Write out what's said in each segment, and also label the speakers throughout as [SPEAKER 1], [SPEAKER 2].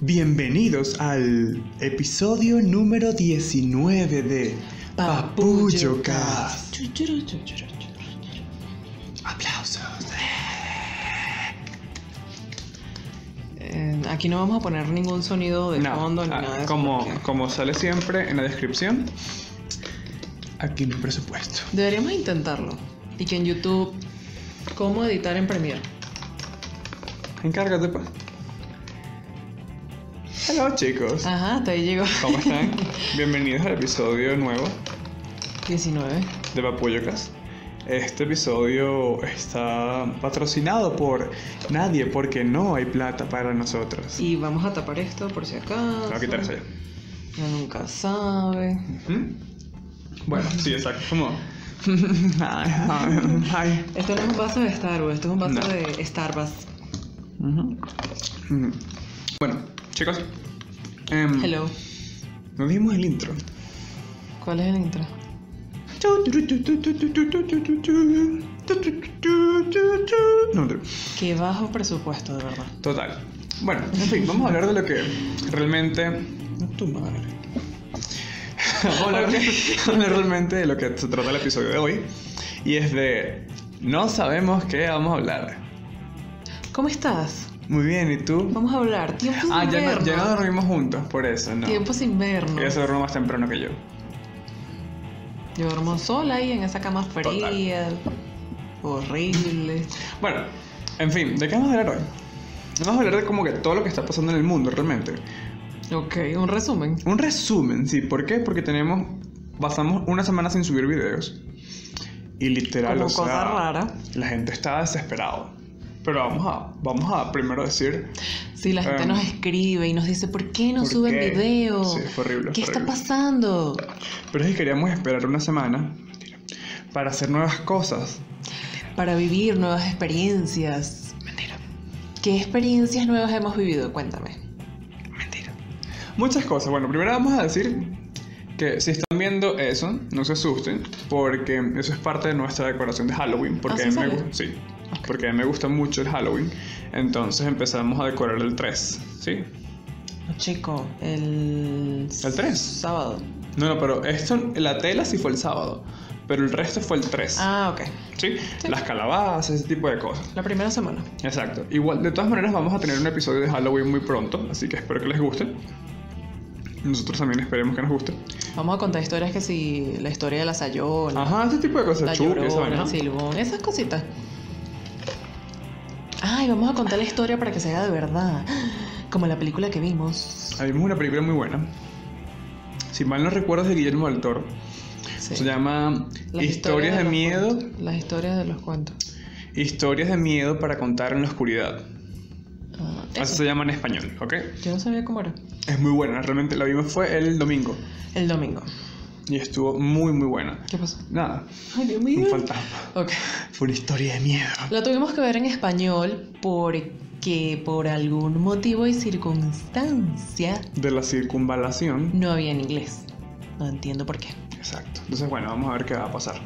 [SPEAKER 1] Bienvenidos al episodio número 19 de Papullo Cast. Aplausos.
[SPEAKER 2] Eh, aquí no vamos a poner ningún sonido de
[SPEAKER 1] No,
[SPEAKER 2] fondo ni
[SPEAKER 1] ah,
[SPEAKER 2] nada. de eso,
[SPEAKER 1] como,
[SPEAKER 2] porque-
[SPEAKER 1] como sale siempre en la descripción, aquí no hay presupuesto.
[SPEAKER 2] Deberíamos intentarlo. Y que en YouTube, ¿cómo editar en Premiere?
[SPEAKER 1] Encárgate, pues. Hola, chicos.
[SPEAKER 2] Ajá, hasta ahí llegó.
[SPEAKER 1] ¿Cómo están? Bienvenidos al episodio nuevo
[SPEAKER 2] 19.
[SPEAKER 1] de Papullocas. Este episodio está patrocinado por nadie porque no hay plata para nosotros.
[SPEAKER 2] Y vamos a tapar esto por si acaso.
[SPEAKER 1] Voy a quitar eso ya.
[SPEAKER 2] Ya nunca sabe.
[SPEAKER 1] Ujú. Bueno, sí, exacto. Como. Ay.
[SPEAKER 2] Esto no es un vaso de Starbucks, esto es un vaso
[SPEAKER 1] Ah, No.
[SPEAKER 2] de Starbucks.
[SPEAKER 1] Ujú. Mm. Bueno, chicos. em,
[SPEAKER 2] Hello.
[SPEAKER 1] Nos dimos el intro.
[SPEAKER 2] ¿Cuál es el intro?
[SPEAKER 1] No, no.
[SPEAKER 2] Qué bajo presupuesto, de verdad.
[SPEAKER 1] Total. Bueno, en fin, vamos a hablar de lo que realmente. No, tu madre. vamos, a hablar de- vamos a hablar realmente de lo que se trata el episodio de hoy. Y es de. No sabemos qué vamos a hablar.
[SPEAKER 2] ¿Cómo estás?
[SPEAKER 1] Muy bien, ¿y tú?
[SPEAKER 2] Vamos a hablar. Tiempo sin
[SPEAKER 1] Ah, ya no,
[SPEAKER 2] vernos.
[SPEAKER 1] ya no dormimos juntos, por eso, no.
[SPEAKER 2] Tiempo sin vernos.
[SPEAKER 1] Ella se duerme más temprano que yo.
[SPEAKER 2] Yo duermo sola ahí en esa cama fría. Horrible.
[SPEAKER 1] Bueno, en fin, ¿de qué vamos a hablar hoy? Vamos a hablar de como que todo lo que está pasando en el mundo realmente.
[SPEAKER 2] Ok, un resumen.
[SPEAKER 1] Un resumen, sí. ¿Por qué? Porque tenemos. Pasamos una semana sin subir videos. Y literal,
[SPEAKER 2] Como
[SPEAKER 1] o sea,
[SPEAKER 2] cosa rara.
[SPEAKER 1] La gente está desesperada. Pero vamos a, vamos a primero decir.
[SPEAKER 2] Sí, la gente
[SPEAKER 1] Em,
[SPEAKER 2] nos escribe y nos dice, ¿por qué no
[SPEAKER 1] ¿por
[SPEAKER 2] suben
[SPEAKER 1] qué?
[SPEAKER 2] video?
[SPEAKER 1] Sí, fue horrible,
[SPEAKER 2] ¿Qué
[SPEAKER 1] fue
[SPEAKER 2] está
[SPEAKER 1] horrible.
[SPEAKER 2] pasando?
[SPEAKER 1] Pero es que queríamos esperar una semana. mentira, Para hacer nuevas cosas.
[SPEAKER 2] Para vivir nuevas experiencias.
[SPEAKER 1] Mentira.
[SPEAKER 2] ¿Qué experiencias nuevas hemos vivido? Cuéntame.
[SPEAKER 1] Mentira. Muchas cosas. Bueno, primero vamos a decir que si están viendo eso, no se asusten, porque eso es parte de nuestra decoración de Halloween. Porque
[SPEAKER 2] ¿Ah, ¿sí
[SPEAKER 1] a mí me
[SPEAKER 2] sale?
[SPEAKER 1] gu- sí, porque a mí me gusta mucho el Halloween. Entonces empezamos a decorar el 3, ¿sí?
[SPEAKER 2] No, chico, el...
[SPEAKER 1] ¿El tres?
[SPEAKER 2] Sábado.
[SPEAKER 1] No, no, pero esto, la tela sí fue el sábado, pero el resto fue el 3,
[SPEAKER 2] Ah, ok.
[SPEAKER 1] ¿sí? Las calabazas, ese tipo de cosas.
[SPEAKER 2] La primera semana.
[SPEAKER 1] Exacto. Igual, de todas maneras, vamos a tener un episodio de Halloween muy pronto, así que espero que les guste. Nosotros también esperemos que nos guste.
[SPEAKER 2] Vamos a contar historias que si la historia de la Sayona,
[SPEAKER 1] Ajá, ese tipo de
[SPEAKER 2] la
[SPEAKER 1] cosas. Chucky, esa
[SPEAKER 2] Llorona,
[SPEAKER 1] vaina.
[SPEAKER 2] el Silbón, esas cositas. Ay, vamos a contar la historia para que sea de verdad. Como la película que vimos.
[SPEAKER 1] Ahí vimos una película muy buena. Si mal no recuerdo, es de Guillermo del Toro.
[SPEAKER 2] Sí.
[SPEAKER 1] Se llama
[SPEAKER 2] Las
[SPEAKER 1] Historias de,
[SPEAKER 2] los
[SPEAKER 1] miedo.
[SPEAKER 2] cuentos. Las historias de los cuentos.
[SPEAKER 1] Historias de miedo para contar en la oscuridad.
[SPEAKER 2] Ah,
[SPEAKER 1] Así
[SPEAKER 2] eso.
[SPEAKER 1] se llama en español, ¿ok?
[SPEAKER 2] Yo no sabía cómo era.
[SPEAKER 1] Es muy buena, realmente la vimos fue el domingo.
[SPEAKER 2] El domingo.
[SPEAKER 1] Y estuvo muy, muy buena.
[SPEAKER 2] ¿Qué pasó?
[SPEAKER 1] Nada,
[SPEAKER 2] Ay, Dios
[SPEAKER 1] un
[SPEAKER 2] mío.
[SPEAKER 1] fantasma.
[SPEAKER 2] Ok.
[SPEAKER 1] Fue una historia de miedo.
[SPEAKER 2] La tuvimos que ver en español porque por algún motivo y circunstancia
[SPEAKER 1] De la circunvalación.
[SPEAKER 2] no había en inglés. No entiendo por qué.
[SPEAKER 1] Exacto. Entonces, bueno, vamos a ver qué va a pasar.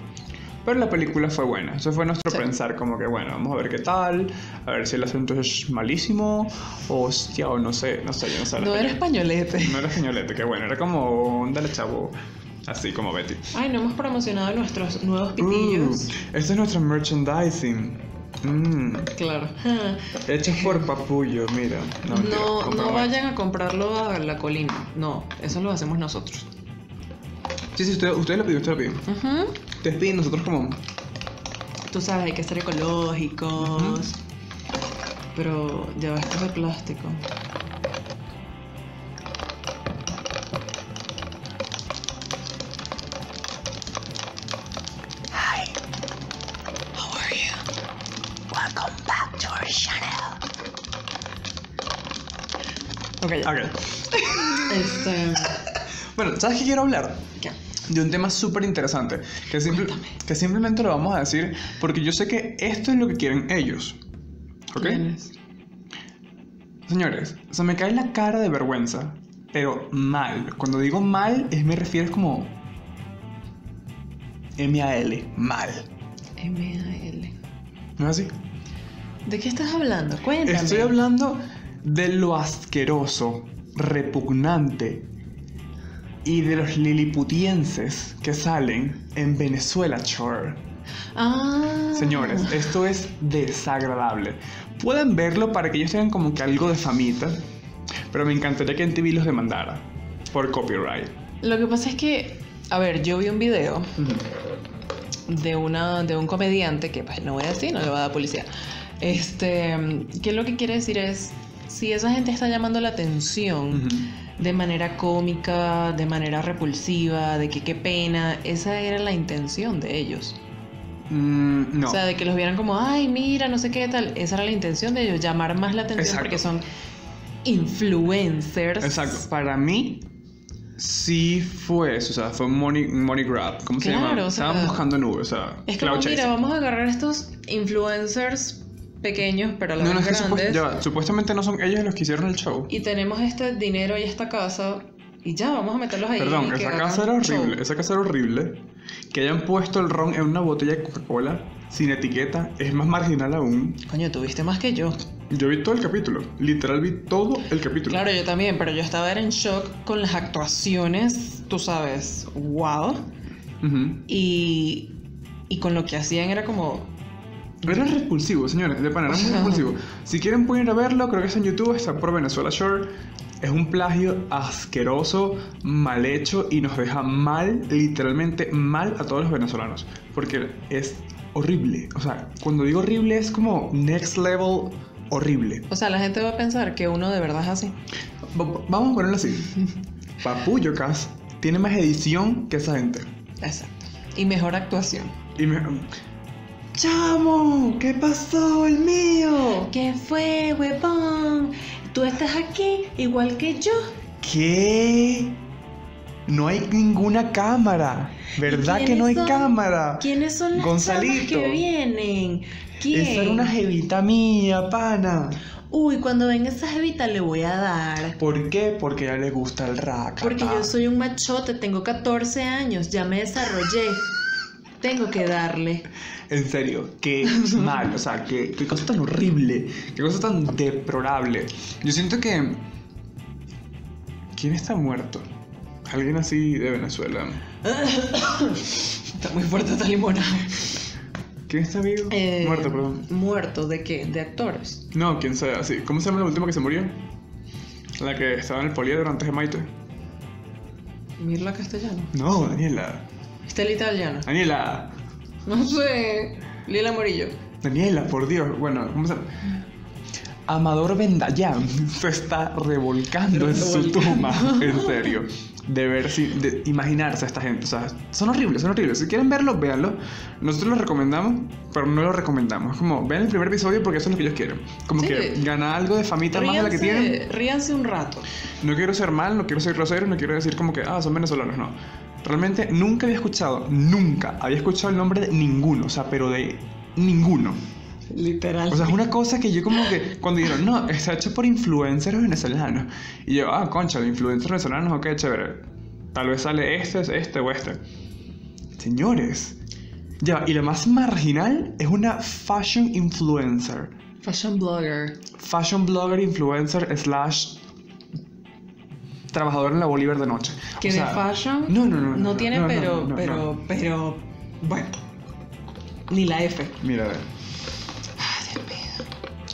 [SPEAKER 1] Pero la película fue buena. Eso fue nuestro
[SPEAKER 2] Sí.
[SPEAKER 1] pensar, como que, bueno, vamos a ver qué tal, a ver si el asunto es malísimo, o hostia, o no sé, no sé, yo no sé.
[SPEAKER 2] No era españolete.
[SPEAKER 1] No era españolete, que bueno, era como, dale chavo, así como Betty.
[SPEAKER 2] Ay, no hemos promocionado nuestros nuevos
[SPEAKER 1] Uh,
[SPEAKER 2] pitillos.
[SPEAKER 1] este es nuestro merchandising. Mm,
[SPEAKER 2] Claro.
[SPEAKER 1] hecho por papullo, mira.
[SPEAKER 2] No,
[SPEAKER 1] mentira,
[SPEAKER 2] no,
[SPEAKER 1] compramos.
[SPEAKER 2] vayan a comprarlo a la colina. No, eso lo hacemos nosotros.
[SPEAKER 1] Sí, sí, usted, usted lo pidió, usted lo pidió.
[SPEAKER 2] Ujú.
[SPEAKER 1] Ustedes piden, nosotros como.
[SPEAKER 2] Tú sabes, hay que ser ecológicos. Pero ya va, esto es de plástico. Hi. How are you? Welcome back to our channel. Ok, ya.
[SPEAKER 1] Ok.
[SPEAKER 2] Este.
[SPEAKER 1] Bueno, ¿sabes qué quiero hablar?
[SPEAKER 2] ¿qué?
[SPEAKER 1] de un tema súper interesante que, simple- que simplemente lo vamos a decir porque yo sé que esto es lo que quieren ellos. ¿Ok?
[SPEAKER 2] ¿Tienes?
[SPEAKER 1] Señores, se me cae la cara de vergüenza, pero mal. Cuando digo mal, es me refiero como M-A-L, mal.
[SPEAKER 2] M-A-L.
[SPEAKER 1] ¿No es así?
[SPEAKER 2] ¿De qué estás hablando? Cuéntame.
[SPEAKER 1] Estoy hablando de lo asqueroso, repugnante y de los liliputienses que salen en Venezuela Shore.
[SPEAKER 2] Ah.
[SPEAKER 1] Señores, esto es desagradable. Pueden verlo para que ellos tengan como que algo de famita, pero me encantaría que en TV los demandara por copyright.
[SPEAKER 2] Lo que pasa es que, a ver, yo vi un video de, una, de un comediante, que pues, no voy a decir, no le va a dar policía, este, que lo que quiere decir es, si esa gente está llamando la atención
[SPEAKER 1] Ujú.
[SPEAKER 2] de manera cómica, de manera repulsiva, de que qué pena, esa era la intención de ellos.
[SPEAKER 1] Mm, no.
[SPEAKER 2] O sea, de que los vieran como, ay, mira, no sé qué tal. Esa era la intención de ellos, llamar más la atención
[SPEAKER 1] Exacto.
[SPEAKER 2] porque son influencers.
[SPEAKER 1] Exacto. Para mí, sí fue eso. O sea, fue un money, un money grab. ¿Cómo se
[SPEAKER 2] Claro,
[SPEAKER 1] llama?
[SPEAKER 2] o sea,
[SPEAKER 1] Estaban buscando nubes. O sea,
[SPEAKER 2] Es como,
[SPEAKER 1] cloud chasing.
[SPEAKER 2] mira, vamos a agarrar estos influencers pequeños, pero a la
[SPEAKER 1] No, no,
[SPEAKER 2] vez
[SPEAKER 1] es que
[SPEAKER 2] grandes.
[SPEAKER 1] supuest- ya va, supuestamente no son ellos los que hicieron el show.
[SPEAKER 2] Y tenemos este dinero y esta casa. Y ya, vamos a meterlos ahí. y
[SPEAKER 1] Perdón,
[SPEAKER 2] que
[SPEAKER 1] esa
[SPEAKER 2] hagan
[SPEAKER 1] casa era
[SPEAKER 2] un
[SPEAKER 1] horrible.
[SPEAKER 2] show.
[SPEAKER 1] Esa casa era horrible. Que hayan puesto el ron en una botella de Coca-Cola sin etiqueta es más marginal aún.
[SPEAKER 2] Coño, tuviste más que yo.
[SPEAKER 1] Yo vi todo el capítulo. Literal, vi todo el capítulo.
[SPEAKER 2] Claro, yo también, pero yo estaba era en shock con las actuaciones, tú sabes, wow.
[SPEAKER 1] Ujú.
[SPEAKER 2] Y, y con lo que hacían era como,
[SPEAKER 1] Era repulsivo, señores, de pana, era muy repulsivo. Si quieren pueden ir a verlo, creo que está en YouTube, está por Venezuela Shore. Es un plagio asqueroso, mal hecho y nos deja mal, literalmente mal a todos los venezolanos. Porque es horrible. O sea, cuando digo horrible es como next level horrible.
[SPEAKER 2] O sea, la gente va a pensar que uno de verdad es así.
[SPEAKER 1] Va- va- vamos a ponerlo así. Papuyo Cas tiene más edición que esa gente.
[SPEAKER 2] Exacto. Y mejor actuación.
[SPEAKER 1] Y me... ¡Chamo! ¿Qué pasó el mío?
[SPEAKER 2] ¿Qué fue, huevón? Tú estás aquí igual que yo.
[SPEAKER 1] ¿Qué? No hay ninguna cámara. ¿Verdad que no hay
[SPEAKER 2] ¿Quiénes son?
[SPEAKER 1] cámara?
[SPEAKER 2] ¿Quiénes son
[SPEAKER 1] las Gonzalito. chamas que
[SPEAKER 2] vienen?
[SPEAKER 1] Esa era una jevita mía, pana.
[SPEAKER 2] Uy, cuando venga esa jevita le voy a dar.
[SPEAKER 1] ¿Por qué? Porque a ella le gusta el raca.
[SPEAKER 2] Porque yo soy un machote, tengo 14 años, ya me desarrollé. Tengo que darle.
[SPEAKER 1] En serio, qué mal. O sea, qué, qué cosa tan horrible. Qué cosa tan deplorable. Yo siento que. ¿Quién está muerto? Alguien así de Venezuela.
[SPEAKER 2] Está muy fuerte esta limonada.
[SPEAKER 1] ¿Quién está vivo?
[SPEAKER 2] Eh,
[SPEAKER 1] Muerto, perdón.
[SPEAKER 2] ¿Muerto de qué? ¿De actores?
[SPEAKER 1] No, quién sea, sí. ¿Cómo se llama la última que se murió? La que estaba en el poliedro antes de Maite.
[SPEAKER 2] Mirla Castellano.
[SPEAKER 1] No, Daniela.
[SPEAKER 2] Estela Italiana.
[SPEAKER 1] Daniela.
[SPEAKER 2] No sé. Lila Morillo.
[SPEAKER 1] Daniela, por Dios. Bueno, ¿cómo se llama? Amador Vendayán se está revolcando en su
[SPEAKER 2] Revolcando.
[SPEAKER 1] tumba, en serio. De ver si, de imaginarse a esta gente. O sea, son horribles, son horribles. Si quieren verlo, véanlo. Nosotros lo recomendamos, pero no lo recomendamos. Es Como, vean el primer episodio porque eso es lo que ellos quieren. Como
[SPEAKER 2] Sí.
[SPEAKER 1] que gana algo de famita más de la que tienen.
[SPEAKER 2] Ríanse, ríanse un rato.
[SPEAKER 1] No quiero ser mal, no quiero ser grosero, no quiero decir como que, ah, son venezolanos, no. Realmente nunca había escuchado, nunca había escuchado el nombre de ninguno, o sea, pero de ninguno.
[SPEAKER 2] Literal.
[SPEAKER 1] O sea, es una cosa que yo como que, cuando dijeron, no, está hecho por influencers venezolanos. Y yo, ah, concha, los influencers venezolanos, ok, chévere. Tal vez sale este, este o este. Señores. Ya, y la más marginal es una fashion influencer.
[SPEAKER 2] Fashion blogger.
[SPEAKER 1] Fashion blogger, influencer, slash trabajador en la Bolívar de noche.
[SPEAKER 2] Que
[SPEAKER 1] O sea,
[SPEAKER 2] de fashion.
[SPEAKER 1] No, no, no.
[SPEAKER 2] No, tiene,
[SPEAKER 1] no, no,
[SPEAKER 2] pero,
[SPEAKER 1] no, no.
[SPEAKER 2] pero, pero. Bueno. Ni la F.
[SPEAKER 1] Mira, a ver. Ah,
[SPEAKER 2] Ay, Dios mío.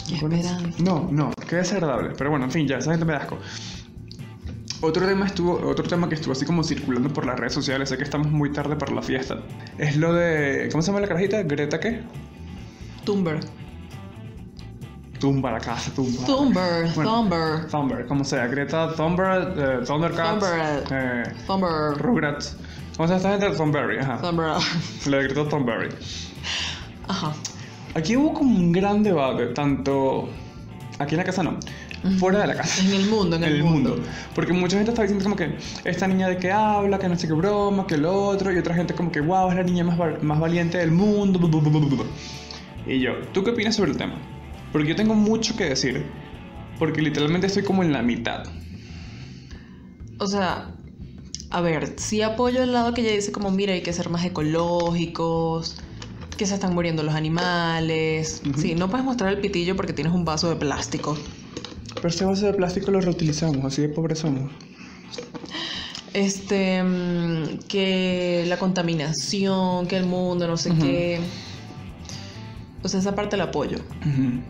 [SPEAKER 2] Qué
[SPEAKER 1] Bueno,
[SPEAKER 2] esperanza.
[SPEAKER 1] No, no, qué desagradable. Pero bueno, en fin, ya, esa gente me da asco. Otro tema, estuvo, otro tema que estuvo así como circulando por las redes sociales, sé que estamos muy tarde para la fiesta, es lo de... ¿Cómo se llama la carajita? ¿Greta qué?
[SPEAKER 2] Tumber.
[SPEAKER 1] Tumba la casa, tumba.
[SPEAKER 2] Tumber.
[SPEAKER 1] Bueno.
[SPEAKER 2] Thumber.
[SPEAKER 1] Thumber, como sea, Greta Thumber, eh, Thundercats,
[SPEAKER 2] Thunberg.
[SPEAKER 1] eh,
[SPEAKER 2] Thumber.
[SPEAKER 1] Rugrats. ¿Cómo se llama esta gente? Thunberry, ajá.
[SPEAKER 2] Thumber.
[SPEAKER 1] La de Greta Thunberg.
[SPEAKER 2] Ajá.
[SPEAKER 1] Aquí hubo como un gran debate, tanto aquí en la casa no, fuera de la casa.
[SPEAKER 2] En el mundo, en el,
[SPEAKER 1] Porque mucha gente está diciendo como que esta niña de que habla, que no sé qué broma, que lo otro, y otra gente como que wow, es la niña más, val- más valiente del mundo. bu, bu, bu, bu, bu, bu". Y yo, ¿tú qué opinas sobre el tema? Porque yo tengo mucho que decir, porque literalmente estoy como en la mitad.
[SPEAKER 2] O sea, a ver, sí apoyo el lado que ella dice como, mira, hay que ser más ecológicos, que se están muriendo los animales. Sí, no puedes mostrar el pitillo porque tienes un vaso de plástico.
[SPEAKER 1] Pero ese vaso de plástico lo reutilizamos, así de pobres somos.
[SPEAKER 2] Este, mm, que la contaminación, que el mundo, no sé
[SPEAKER 1] Ujú.
[SPEAKER 2] qué. O sea, esa parte la apoyo.
[SPEAKER 1] Ujú.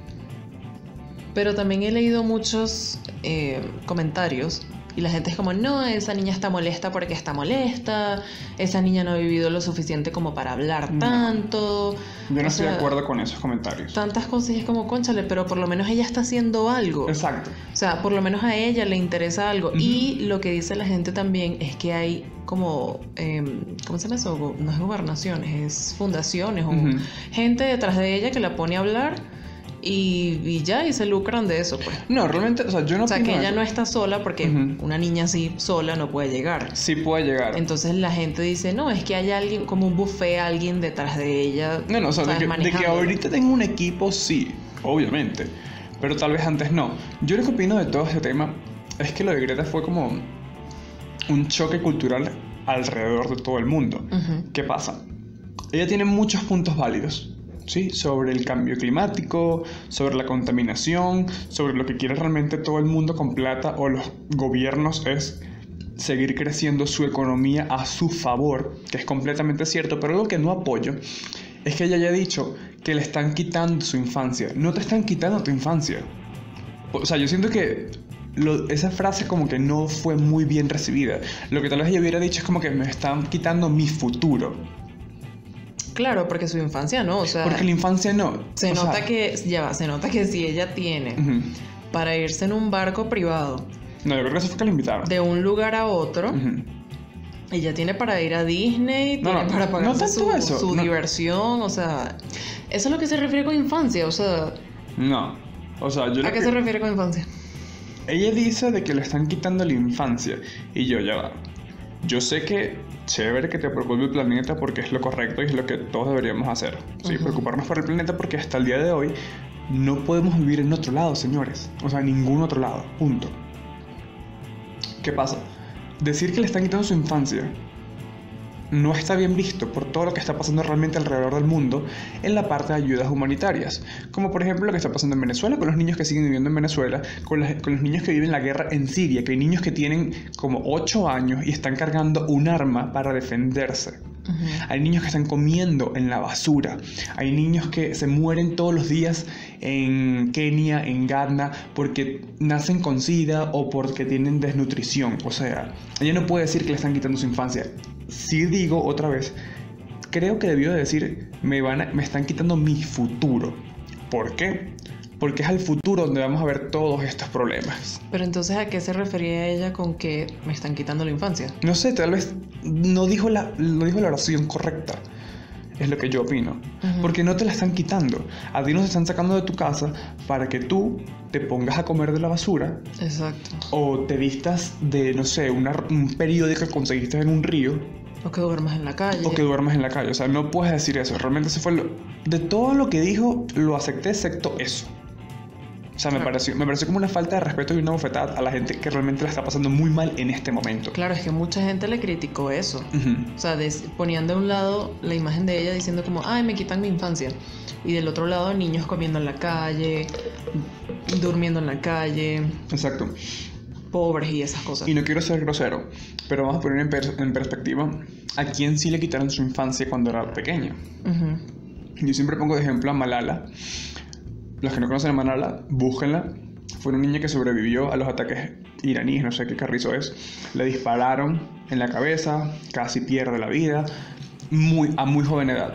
[SPEAKER 2] Pero también he leído muchos eh, comentarios y la gente es como, no, esa niña está molesta porque está molesta, esa niña no ha vivido lo suficiente como para hablar
[SPEAKER 1] No.
[SPEAKER 2] tanto.
[SPEAKER 1] Yo no
[SPEAKER 2] O
[SPEAKER 1] estoy de
[SPEAKER 2] sea,
[SPEAKER 1] acuerdo con esos comentarios.
[SPEAKER 2] Tantas cosas y es como, conchale, pero por lo menos ella está haciendo algo.
[SPEAKER 1] Exacto.
[SPEAKER 2] O sea, por lo menos a ella le interesa algo.
[SPEAKER 1] Ujú.
[SPEAKER 2] Y lo que dice la gente también es que hay como, em, ¿cómo se llama eso? Go- No es gobernaciones, es fundaciones o
[SPEAKER 1] Ujú.
[SPEAKER 2] gente detrás de ella que la pone a hablar y, y ya, y se lucran de eso, pues.
[SPEAKER 1] No, realmente, o sea, yo no
[SPEAKER 2] O sea,
[SPEAKER 1] opino
[SPEAKER 2] que ella
[SPEAKER 1] eso.
[SPEAKER 2] no está sola porque
[SPEAKER 1] Ujú.
[SPEAKER 2] una niña así sola no puede llegar.
[SPEAKER 1] Sí puede llegar.
[SPEAKER 2] Entonces la gente dice, no, es que hay alguien, como un buffet, alguien detrás de ella.
[SPEAKER 1] No, no, o sea, de que,
[SPEAKER 2] ¿sabes?
[SPEAKER 1] de que
[SPEAKER 2] manejándola.
[SPEAKER 1] ahorita tengo un equipo, sí, obviamente. Pero tal vez antes no. Yo lo que opino de todo este tema es que lo de Greta fue como un choque cultural alrededor de todo el mundo.
[SPEAKER 2] Ujú.
[SPEAKER 1] ¿Qué pasa? Ella tiene muchos puntos válidos, ¿sí? Sobre el cambio climático, sobre la contaminación, sobre lo que quiere realmente todo el mundo con plata o los gobiernos es seguir creciendo su economía a su favor, que es completamente cierto, pero lo que no apoyo es que ella haya dicho que le están quitando su infancia. No te están quitando tu infancia. O sea, yo siento que lo- esa frase como que no fue muy bien recibida. Lo que tal vez ella hubiera dicho es como que me están quitando mi futuro.
[SPEAKER 2] Claro, porque su infancia no, o sea,
[SPEAKER 1] Porque la infancia no.
[SPEAKER 2] se
[SPEAKER 1] O sea,
[SPEAKER 2] nota que, ya va, se nota que si ella tiene
[SPEAKER 1] ujú.
[SPEAKER 2] para irse en un barco privado
[SPEAKER 1] No, yo creo que eso fue que la invitaron.
[SPEAKER 2] de un lugar a otro,
[SPEAKER 1] Ujú.
[SPEAKER 2] ella tiene para ir a Disney,
[SPEAKER 1] No,
[SPEAKER 2] tiene
[SPEAKER 1] no,
[SPEAKER 2] para
[SPEAKER 1] no
[SPEAKER 2] pagar
[SPEAKER 1] tanto
[SPEAKER 2] su,
[SPEAKER 1] eso,
[SPEAKER 2] su
[SPEAKER 1] no.
[SPEAKER 2] diversión, o sea, eso es lo que se refiere con infancia, o sea,
[SPEAKER 1] No. O sea, yo lo
[SPEAKER 2] ¿a qué
[SPEAKER 1] que-
[SPEAKER 2] se refiere con infancia?
[SPEAKER 1] Ella dice de que le están quitando la infancia. Y yo, ya va. Yo sé que chévere que te preocupe el planeta porque es lo correcto y es lo que todos deberíamos hacer. Sí,
[SPEAKER 2] Ujú.
[SPEAKER 1] preocuparnos por el planeta porque hasta el día de hoy no podemos vivir en otro lado, señores. O sea, en ningún otro lado. Punto. ¿Qué pasa? Decir que le están quitando su infancia no está bien visto por todo lo que está pasando realmente alrededor del mundo en la parte de ayudas humanitarias, como por ejemplo lo que está pasando en Venezuela con los niños que siguen viviendo en Venezuela, con, las- con los niños que viven la guerra en Siria, que hay niños que tienen como 8 años y están cargando un arma para defenderse.
[SPEAKER 2] Ujú.
[SPEAKER 1] Hay niños que están comiendo en la basura. Hay niños que se mueren todos los días en Kenia, en Ghana, porque nacen con sida o porque tienen desnutrición. O sea, ella no puede decir que le están quitando su infancia. Si digo otra vez, creo que debió de decir, me, van a- me están quitando mi futuro. ¿Por qué? Porque es al futuro donde vamos a ver todos estos problemas.
[SPEAKER 2] Pero entonces, ¿a qué se refería ella con que me están quitando la infancia?
[SPEAKER 1] No sé, tal vez no dijo la, no dijo la oración correcta. Es lo que yo opino.
[SPEAKER 2] Ujú.
[SPEAKER 1] Porque no te la están quitando. A ti no te están sacando de tu casa para que tú te pongas a comer de la basura
[SPEAKER 2] Exacto.
[SPEAKER 1] o te vistas de, no sé, una- un periódico que conseguiste en un río
[SPEAKER 2] O que duermas en la calle.
[SPEAKER 1] o que duermas en la calle. O sea, no puedes decir eso. Realmente se fue lo- De todo lo que dijo, lo acepté excepto eso. O sea, me
[SPEAKER 2] Claro.
[SPEAKER 1] pareció, me pareció como una falta de respeto y una bofetada a la gente que realmente la está pasando muy mal en este momento.
[SPEAKER 2] Claro, es que mucha gente le criticó eso.
[SPEAKER 1] Ujú.
[SPEAKER 2] O sea, des- ponían de un lado la imagen de ella diciendo como, ay, me quitan mi infancia. Y del otro lado, niños comiendo en la calle, durmiendo en la calle,
[SPEAKER 1] Exacto.
[SPEAKER 2] pobres y esas cosas.
[SPEAKER 1] Y no quiero ser grosero, pero vamos a poner en, per- en perspectiva a quién sí le quitaron su infancia cuando era pequeña.
[SPEAKER 2] Ujú.
[SPEAKER 1] Yo siempre pongo de ejemplo a Malala. Los que no conocen a Malala, búsquenla. Fue una niña que sobrevivió a los ataques iraníes, no sé qué carrizo es. Le dispararon en la cabeza, casi pierde la vida, muy, a muy joven edad.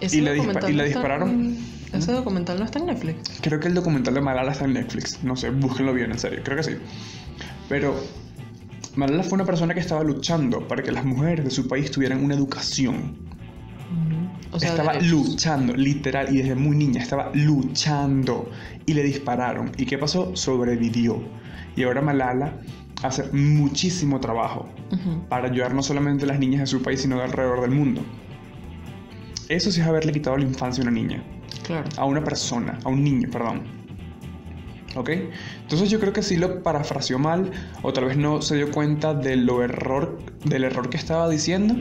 [SPEAKER 2] Ese
[SPEAKER 1] y le, dispa-
[SPEAKER 2] documental
[SPEAKER 1] y
[SPEAKER 2] no
[SPEAKER 1] le
[SPEAKER 2] está-
[SPEAKER 1] dispararon.
[SPEAKER 2] Ese documental no está en Netflix.
[SPEAKER 1] Creo que el documental de Malala está en Netflix. No sé, búsquenlo bien, en serio. Creo que sí. Pero Malala fue una persona que estaba luchando para que las mujeres de su país tuvieran una educación.
[SPEAKER 2] O sea,
[SPEAKER 1] estaba
[SPEAKER 2] derechos.
[SPEAKER 1] luchando, literal, y desde muy niña estaba luchando. Y le dispararon. ¿Y qué pasó? Sobrevivió. Y ahora Malala hace muchísimo trabajo
[SPEAKER 2] Ujú.
[SPEAKER 1] para ayudar no solamente a las niñas de su país, sino de alrededor del mundo. Eso sí es haberle quitado la infancia a una niña
[SPEAKER 2] Claro.
[SPEAKER 1] a una persona, a un niño, perdón. ¿Ok? Entonces yo creo que sí lo parafraseó mal o tal vez no se dio cuenta de lo error, del error que estaba diciendo.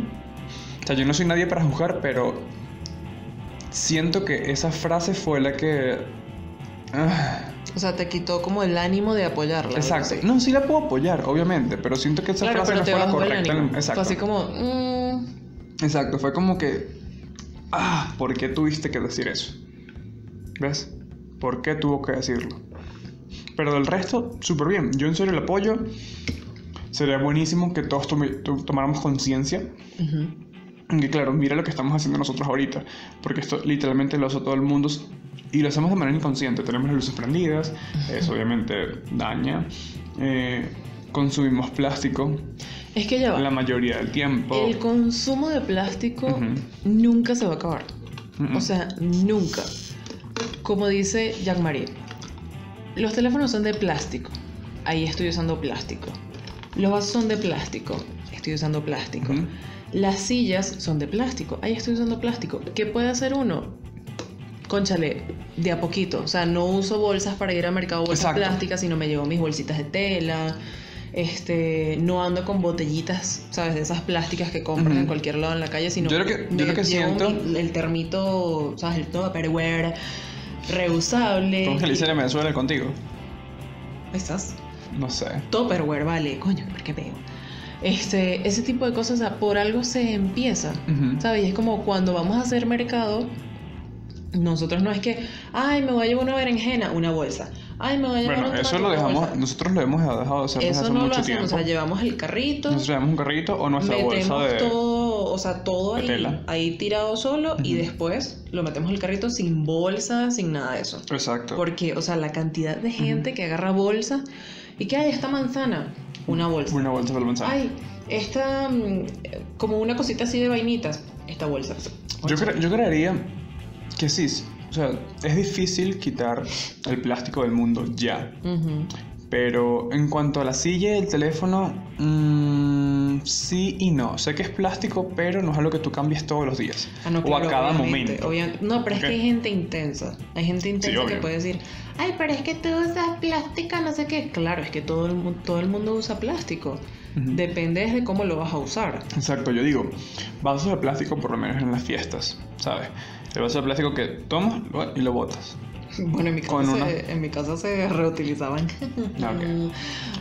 [SPEAKER 1] O sea, yo no soy nadie para juzgar, pero siento que esa frase fue la que... ah,
[SPEAKER 2] O sea, te quitó como el ánimo de apoyarla. algo
[SPEAKER 1] Exacto.
[SPEAKER 2] así.
[SPEAKER 1] No, sí la puedo apoyar, obviamente, pero siento que esa
[SPEAKER 2] Claro,
[SPEAKER 1] frase
[SPEAKER 2] pero
[SPEAKER 1] no
[SPEAKER 2] te
[SPEAKER 1] fue la
[SPEAKER 2] bajó el
[SPEAKER 1] correcta.
[SPEAKER 2] ánimo. Fue
[SPEAKER 1] Exacto.
[SPEAKER 2] así como... mm,
[SPEAKER 1] Exacto, fue como que. Ah, ¿por qué tuviste que decir eso? ¿Ves? ¿Por qué tuvo que decirlo? Pero del resto, súper bien. Yo en serio el apoyo. Sería buenísimo que todos tome- to- tomáramos conciencia.
[SPEAKER 2] ujú.
[SPEAKER 1] Que claro, mira lo que estamos haciendo nosotros ahorita. Porque esto literalmente lo hace todo el mundo. Y lo hacemos de manera inconsciente. Tenemos las luces prendidas. Eso obviamente daña. eh, consumimos plástico
[SPEAKER 2] Es que ya va.
[SPEAKER 1] la mayoría del tiempo.
[SPEAKER 2] El consumo de plástico
[SPEAKER 1] Ujú.
[SPEAKER 2] nunca se va a acabar.
[SPEAKER 1] Mm,
[SPEAKER 2] O sea, nunca. Como dice Jean-Marie, los teléfonos son de plástico. Ahí estoy usando plástico. Los vasos son de plástico. Estoy usando plástico.
[SPEAKER 1] ujú.
[SPEAKER 2] Las sillas son de plástico. Ahí estoy usando plástico. ¿Qué puede hacer uno? Conchale, de a poquito. O sea, no uso bolsas para ir al mercado, bolsas
[SPEAKER 1] Exacto.
[SPEAKER 2] plásticas, sino me llevo mis bolsitas de tela. Este, no ando con botellitas, ¿sabes? De esas plásticas que compras
[SPEAKER 1] Ujú.
[SPEAKER 2] en cualquier lado en la calle, sino
[SPEAKER 1] Yo lo que-
[SPEAKER 2] me
[SPEAKER 1] yo lo que
[SPEAKER 2] llevo
[SPEAKER 1] siento-
[SPEAKER 2] mi- el termito, ¿sabes? El todo Tupperware reusable.
[SPEAKER 1] ¿Cómo es que le dicen en Venezuela contigo?
[SPEAKER 2] Ahí estás.
[SPEAKER 1] No sé.
[SPEAKER 2] Tupperware, vale, coño, ¿por qué pego? Este, ese tipo de cosas, o sea, por algo se empieza.
[SPEAKER 1] Ujú.
[SPEAKER 2] ¿Sabes? Y es como cuando vamos a hacer mercado, nosotros no es que, ay, me voy a llevar una berenjena, una bolsa. Ay, me voy a llevar
[SPEAKER 1] Bueno,
[SPEAKER 2] un
[SPEAKER 1] eso
[SPEAKER 2] tomate,
[SPEAKER 1] lo
[SPEAKER 2] una
[SPEAKER 1] dejamos,
[SPEAKER 2] bolsa".
[SPEAKER 1] nosotros lo hemos dejado de hacer desde
[SPEAKER 2] pues, Eso
[SPEAKER 1] hace
[SPEAKER 2] no lo
[SPEAKER 1] mucho
[SPEAKER 2] hacemos,
[SPEAKER 1] tiempo.
[SPEAKER 2] o sea, llevamos el carrito,
[SPEAKER 1] Nosotros llevamos un carrito o nuestra
[SPEAKER 2] metemos
[SPEAKER 1] bolsa de.
[SPEAKER 2] todo, o sea, todo
[SPEAKER 1] de
[SPEAKER 2] ahí,
[SPEAKER 1] tela.
[SPEAKER 2] ahí tirado solo y
[SPEAKER 1] Ujú.
[SPEAKER 2] después lo metemos el carrito sin bolsa, sin nada de eso.
[SPEAKER 1] Exacto.
[SPEAKER 2] Porque, o sea, la cantidad de gente que agarra bolsa y que hay esta manzana, una bolsa.
[SPEAKER 1] Una bolsa para el manzana.
[SPEAKER 2] Ay, esta, mm, como una cosita así de vainitas, esta bolsa.
[SPEAKER 1] yo, cre- yo creería que sí. O sea, es difícil quitar el plástico del mundo ya.
[SPEAKER 2] Ujú.
[SPEAKER 1] Pero en cuanto a la silla y el teléfono, mm, sí y no. Sé que es plástico, pero no es algo que tú cambies todos los días.
[SPEAKER 2] Ah, no,
[SPEAKER 1] o
[SPEAKER 2] claro,
[SPEAKER 1] a cada
[SPEAKER 2] obviamente,
[SPEAKER 1] momento.
[SPEAKER 2] obvia- No, pero
[SPEAKER 1] Ok.
[SPEAKER 2] es que hay gente intensa. Hay gente intensa que
[SPEAKER 1] obvio.
[SPEAKER 2] puede decir, ay, pero es que tú usas plástica, no sé qué. Claro, es que todo el, mu- todo el mundo usa plástico.
[SPEAKER 1] Ujú.
[SPEAKER 2] Depende desde cómo lo vas a usar.
[SPEAKER 1] Exacto, yo digo, vasos de plástico por lo menos en las fiestas, ¿sabes? El vaso de plástico que tomas bueno, y lo botas.
[SPEAKER 2] Bueno, en mi
[SPEAKER 1] Con
[SPEAKER 2] casa,
[SPEAKER 1] una-
[SPEAKER 2] se, en mi casa se reutilizaban.
[SPEAKER 1] Ah, ok.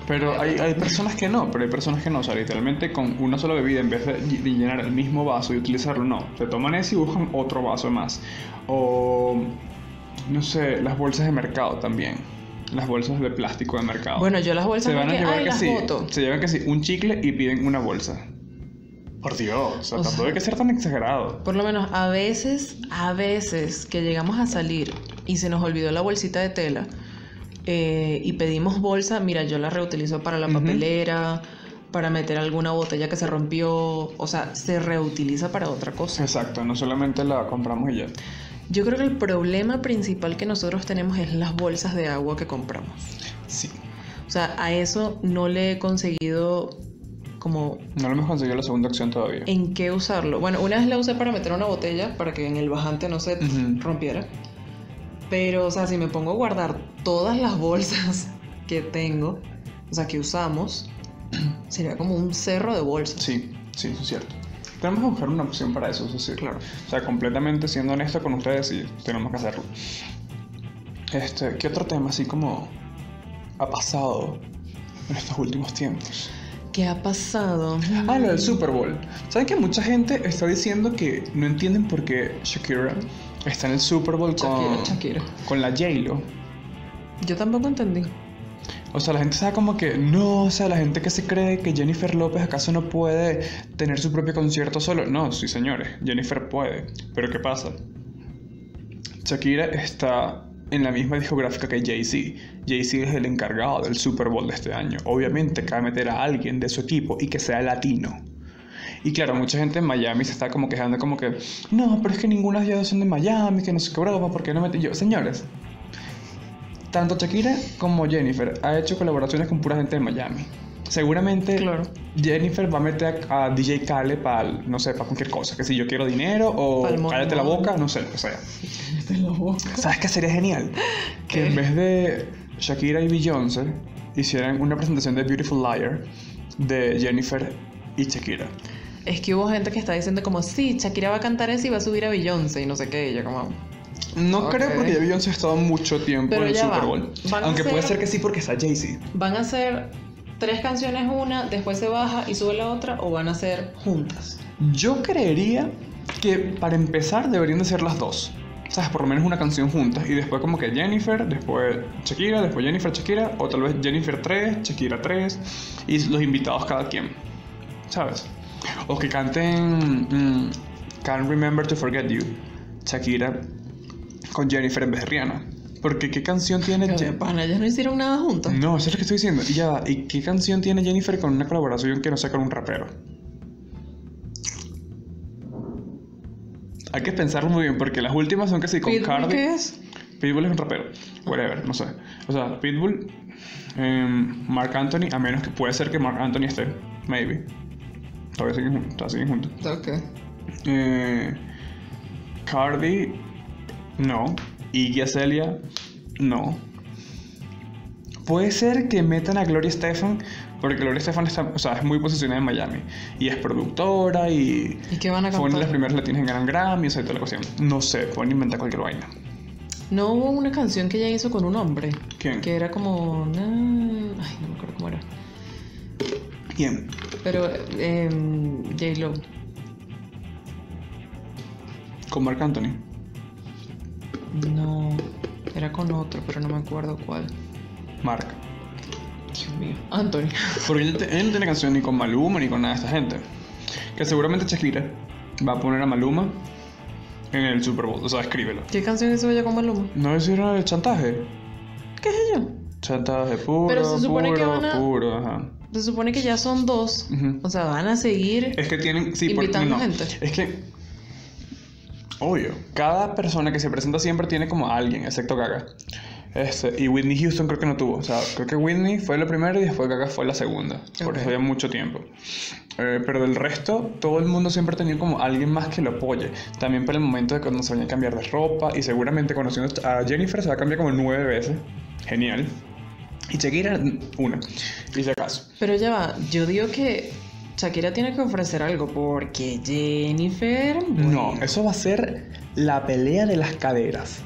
[SPEAKER 1] Pero hay, hay personas que no, pero hay personas que no, o sea, literalmente con una sola bebida, en vez de, ll- de llenar el mismo vaso y utilizarlo, no. Se toman ese y buscan otro vaso más. O, no sé, las bolsas de mercado también. Las bolsas de plástico de mercado.
[SPEAKER 2] Bueno, yo las
[SPEAKER 1] se
[SPEAKER 2] bolsas no
[SPEAKER 1] van a
[SPEAKER 2] es que,
[SPEAKER 1] llevar
[SPEAKER 2] "Ay,
[SPEAKER 1] que
[SPEAKER 2] las
[SPEAKER 1] sí,
[SPEAKER 2] boto".
[SPEAKER 1] se llevan que sí, un chicle y piden una bolsa. Por Dios, o sea,
[SPEAKER 2] O
[SPEAKER 1] tampoco
[SPEAKER 2] sea-
[SPEAKER 1] hay que ser tan exagerado.
[SPEAKER 2] Por lo menos a veces, a veces que llegamos a salir y se nos olvidó la bolsita de tela eh, y pedimos bolsa, mira, yo la reutilizo para la
[SPEAKER 1] Ujú.
[SPEAKER 2] papelera, para meter alguna botella que se rompió, o sea, se reutiliza para otra cosa.
[SPEAKER 1] Exacto, no solamente la compramos y ya.
[SPEAKER 2] Yo creo que el problema principal que nosotros tenemos es las bolsas de agua que compramos.
[SPEAKER 1] Sí.
[SPEAKER 2] O sea, a eso no le he conseguido como
[SPEAKER 1] No lo hemos conseguido la segunda opción todavía.
[SPEAKER 2] en qué usarlo. Bueno, una vez la usé para meter una botella para que en el bajante no se
[SPEAKER 1] Ujú.
[SPEAKER 2] rompiera. Pero, o sea, si me pongo a guardar todas las bolsas que tengo, o sea, que usamos, sería como un cerro de bolsas.
[SPEAKER 1] Sí, sí, eso es cierto. Tenemos que buscar una opción para eso, eso sí.
[SPEAKER 2] Claro.
[SPEAKER 1] O sea, completamente siendo honesto con ustedes, sí, tenemos que hacerlo. Este, ¿qué otro tema así como ha pasado en estos últimos tiempos?
[SPEAKER 2] ¿Qué ha pasado?
[SPEAKER 1] Ah, lo del Super Bowl. ¿Saben que mucha gente está diciendo que no entienden por qué Shakira está en el Super Bowl con,
[SPEAKER 2] Shakira, Shakira.
[SPEAKER 1] con la J-Lo?
[SPEAKER 2] Yo tampoco entendí.
[SPEAKER 1] O sea, la gente sabe como que no, o sea, la gente que se cree que Jennifer López acaso no puede tener su propio concierto solo. No, sí, señores, Jennifer puede. Pero ¿qué pasa? Shakira está en la misma discográfica que Jay-Z. Jay-Z es el encargado del Super Bowl de este año. Obviamente, cabe meter a alguien de su equipo y que sea latino. Y claro, mucha gente en Miami se está como quejando como que, no, pero es que ninguna de ellas son de Miami, que no sé qué broma, ¿por qué no meten yo? Señores, tanto Shakira como Jennifer ha hecho colaboraciones con pura gente de Miami. Seguramente
[SPEAKER 2] Claro.
[SPEAKER 1] Jennifer va a meter a, a DJ Khaled para, no sé, para cualquier cosa. Que si yo quiero dinero o
[SPEAKER 2] Pa'l mormón.
[SPEAKER 1] cállate la boca, no sé, lo que sea. ¿Sabes qué sería genial? Que
[SPEAKER 2] ¿Qué?
[SPEAKER 1] en vez de Shakira y Beyoncé hicieran una presentación de Beautiful Liar de Jennifer y Shakira.
[SPEAKER 2] Es que hubo gente que está diciendo como, sí, Shakira va a cantar eso y va a subir a Beyoncé y no sé qué. Y yo como,
[SPEAKER 1] No creo
[SPEAKER 2] Ok.
[SPEAKER 1] porque ya Beyoncé ha estado mucho tiempo
[SPEAKER 2] Pero
[SPEAKER 1] en el
[SPEAKER 2] ya
[SPEAKER 1] Super
[SPEAKER 2] va.
[SPEAKER 1] Bowl.
[SPEAKER 2] Van a
[SPEAKER 1] Aunque puede
[SPEAKER 2] ser-
[SPEAKER 1] ser que sí porque está Jay-Z.
[SPEAKER 2] ¿Van a ser tres canciones una, después se baja y sube la otra o van a ser juntas?
[SPEAKER 1] Yo creería que para empezar deberían de ser las dos. ¿Sabes? Por lo menos una canción juntas. Y después como que Jennifer, después Shakira, después Jennifer, Shakira. O tal vez Jennifer 3, Shakira 3. Y los invitados cada quien. ¿Sabes? O que canten mm, Can't Remember to Forget You. Shakira con Jennifer en vez de Rihanna. Porque qué canción tiene...
[SPEAKER 2] Pero,
[SPEAKER 1] Jen-
[SPEAKER 2] pana, ellas no hicieron nada juntas.
[SPEAKER 1] No, eso es lo que estoy diciendo. Y ya va, ¿Y qué canción tiene Jennifer con una colaboración que no sea con un rapero? Hay que pensarlo muy bien porque las últimas son casi con
[SPEAKER 2] Pitbull,
[SPEAKER 1] Cardi.
[SPEAKER 2] ¿Qué es?
[SPEAKER 1] Pitbull es un rapero. Whatever, no sé. O sea, Pitbull, em, Mark Anthony, a menos que puede ser que Mark Anthony esté. Maybe. Todavía siguen juntos. todavía siguen juntos.
[SPEAKER 2] Ok.
[SPEAKER 1] Eh, Cardi, no. Iggy Azalea, no. Puede ser que metan a Gloria Estefan, porque Gloria Estefan está, o sea, es muy posicionada en Miami. Y es productora y
[SPEAKER 2] ¿Y qué van a
[SPEAKER 1] fue una de las
[SPEAKER 2] cantar?
[SPEAKER 1] primeras latinas en ganar Grammy, o sea, y toda la cuestión. No sé, pueden inventar cualquier vaina.
[SPEAKER 2] No hubo una canción que ella hizo con un hombre.
[SPEAKER 1] ¿Quién?
[SPEAKER 2] Que era como. na- Ay, no me acuerdo cómo era.
[SPEAKER 1] ¿Quién?
[SPEAKER 2] Pero eh, J-Lo.
[SPEAKER 1] Con Marc Anthony.
[SPEAKER 2] No. Era con otro, pero no me acuerdo cuál.
[SPEAKER 1] Marc.
[SPEAKER 2] Dios mío. Anthony.
[SPEAKER 1] Porque él, te- él no tiene canción ni con Maluma ni con nada de esta gente. Que seguramente Shakira va a poner a Maluma en el Super Bowl. O sea, escríbelo.
[SPEAKER 2] ¿Qué canción hizo ella con Maluma?
[SPEAKER 1] No hicieron el chantaje.
[SPEAKER 2] ¿Qué es ella?
[SPEAKER 1] Chantaje puro,
[SPEAKER 2] Pero se supone que
[SPEAKER 1] puro,
[SPEAKER 2] van a-
[SPEAKER 1] puro, ajá.
[SPEAKER 2] Se supone que ya son dos.
[SPEAKER 1] Ujú.
[SPEAKER 2] O sea, van a seguir.
[SPEAKER 1] Es que tienen, sí, por-
[SPEAKER 2] Invitando
[SPEAKER 1] no,
[SPEAKER 2] gente.
[SPEAKER 1] Es que obvio, cada persona que se presenta siempre tiene como a alguien, excepto Gaga. Este, y Whitney Houston creo que no tuvo, o sea, creo que Whitney fue la primera y después Gaga fue la segunda. Por
[SPEAKER 2] Ok.
[SPEAKER 1] eso había mucho tiempo. Eh, pero del resto, todo el mundo siempre ha tenido como alguien más que lo apoye. También para el momento de cuando se vaya a cambiar de ropa. Y seguramente conociendo a Jennifer se va a cambiar como nueve veces. Genial. Y Shakira, una. Y si acaso.
[SPEAKER 2] Pero ya va. Yo digo que Shakira tiene que ofrecer algo porque Jennifer.
[SPEAKER 1] No,
[SPEAKER 2] bueno.
[SPEAKER 1] eso va a ser la pelea de las caderas.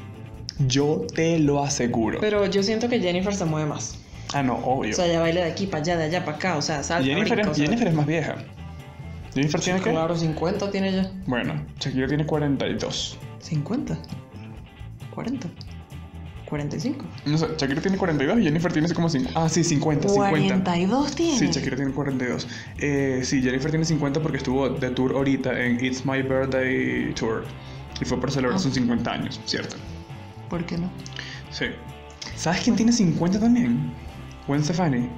[SPEAKER 1] Yo te lo aseguro.
[SPEAKER 2] Pero yo siento que Jennifer se mueve más.
[SPEAKER 1] ah, no, obvio.
[SPEAKER 2] O sea, ella baila de aquí para allá, de allá para acá. O sea, salta,
[SPEAKER 1] Jennifer,
[SPEAKER 2] brinca,
[SPEAKER 1] es,
[SPEAKER 2] o sea,
[SPEAKER 1] Jennifer es más vieja. Jennifer tiene que.
[SPEAKER 2] Claro, 50 tiene ella.
[SPEAKER 1] Bueno, Shakira tiene 42.
[SPEAKER 2] 50. 40. 45.
[SPEAKER 1] No sé, Shakira tiene 42 y Jennifer tiene como 5. Ah, sí, 50, 50.
[SPEAKER 2] 42 tiene.
[SPEAKER 1] Sí, Shakira tiene 42. Eh, sí, Jennifer tiene 50 porque estuvo de tour ahorita en It's My Birthday Tour. Y fue para celebrar
[SPEAKER 2] Ah.
[SPEAKER 1] sus 50 años, ¿cierto?
[SPEAKER 2] ¿Por qué no?
[SPEAKER 1] Sí. ¿Sabes quién tiene 50 también? Gwen Stefani.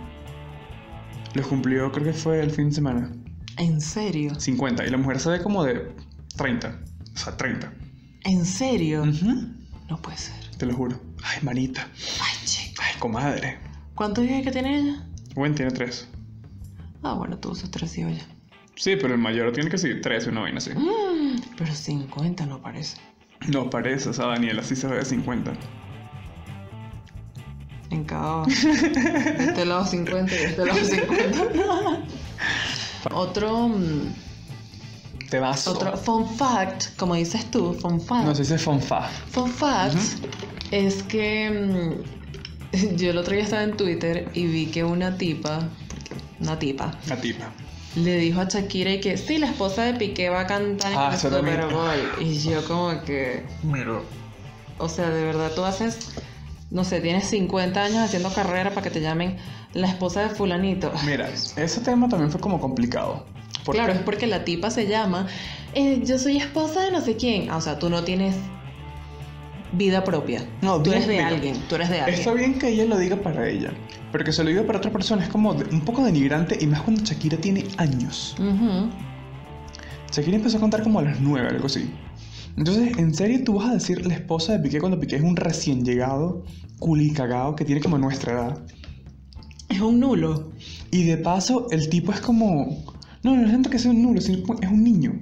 [SPEAKER 1] Los cumplió, creo que fue el fin de semana.
[SPEAKER 2] En serio.
[SPEAKER 1] 50. Y la mujer se ve como de 30. O sea, 30.
[SPEAKER 2] En serio.
[SPEAKER 1] Ujú.
[SPEAKER 2] No puede ser.
[SPEAKER 1] Te lo juro. Ay, manita.
[SPEAKER 2] Ay, chico.
[SPEAKER 1] Ay, comadre.
[SPEAKER 2] ¿Cuántos hijos que tiene ella?
[SPEAKER 1] Gwen tiene 3.
[SPEAKER 2] Ah, bueno, tuvo sus tres hijos ya.
[SPEAKER 1] Sí, pero el mayor tiene que ser 13, una vaina así.
[SPEAKER 2] Mm, pero 50 no parece.
[SPEAKER 1] No parece, o sea, Daniela sí se ve de 50.
[SPEAKER 2] En cada. De este lado 50 y de este lado 50. Otro. mm,
[SPEAKER 1] Te vas.
[SPEAKER 2] Otro fun fact, como dices tú, fun fact.
[SPEAKER 1] No, se dice fonfa.
[SPEAKER 2] Fun fact es que mm, yo el otro día estaba en Twitter y vi que una tipa, una tipa,
[SPEAKER 1] La tipa.
[SPEAKER 2] le dijo a Shakira y que sí, la esposa de Piqué va a cantar
[SPEAKER 1] Ah,
[SPEAKER 2] en el
[SPEAKER 1] eso también.
[SPEAKER 2] Super Bowl. Y yo como que,
[SPEAKER 1] Mero.
[SPEAKER 2] o sea, de verdad tú haces, no sé, tienes 50 años haciendo carrera para que te llamen la esposa de fulanito.
[SPEAKER 1] Mira, ese tema también fue como complicado. ¿Por
[SPEAKER 2] claro,
[SPEAKER 1] qué?
[SPEAKER 2] es porque la tipa se llama, eh, yo soy esposa de no sé quién. Ah, o sea, tú no tienes vida propia.
[SPEAKER 1] No,
[SPEAKER 2] tú eres de
[SPEAKER 1] mira,
[SPEAKER 2] alguien, tú eres de alguien.
[SPEAKER 1] Está bien que ella lo diga para ella, pero que se lo diga para otra persona es como de- un poco denigrante y más cuando Shakira tiene años.
[SPEAKER 2] Ujú.
[SPEAKER 1] Shakira empezó a contar como a las 9, algo así. Entonces, ¿en serio tú vas a decir la esposa de Piqué cuando Piqué es un recién llegado, culicagado, que tiene como nuestra edad?
[SPEAKER 2] Es un nulo.
[SPEAKER 1] Y de paso, el tipo es como... No, no es tanto que sea un nulo, sino como- es un niño.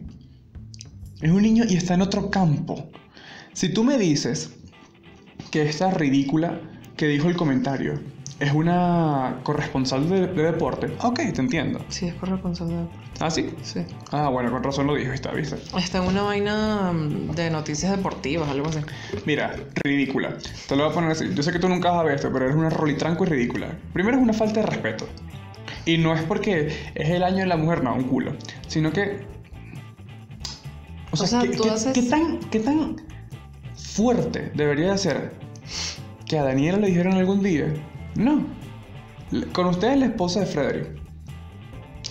[SPEAKER 1] Es un niño y está en otro campo. Si tú me dices que esta ridícula que dijo el comentario es una corresponsal de, de deporte. Ok, te entiendo.
[SPEAKER 2] Sí, es corresponsal de deporte.
[SPEAKER 1] Ah, sí.
[SPEAKER 2] Sí.
[SPEAKER 1] Ah, bueno, con razón lo dijo, está, ¿viste?
[SPEAKER 2] Está en una vaina mm, de noticias deportivas, algo así.
[SPEAKER 1] Mira, ridícula. Te lo voy a poner así. Yo sé que tú nunca vas a ver esto, pero eres una rolitranco y ridícula. Primero es una falta de respeto. Y no es porque es el año de la mujer, no, un culo. Sino que. O sea,
[SPEAKER 2] sea,
[SPEAKER 1] ¿qué,
[SPEAKER 2] tú
[SPEAKER 1] qué-
[SPEAKER 2] haces-
[SPEAKER 1] qué tan, ¿qué tan fuerte debería de ser que a Daniela le dijeron algún día? No. Le- Con ustedes la esposa de Frederick.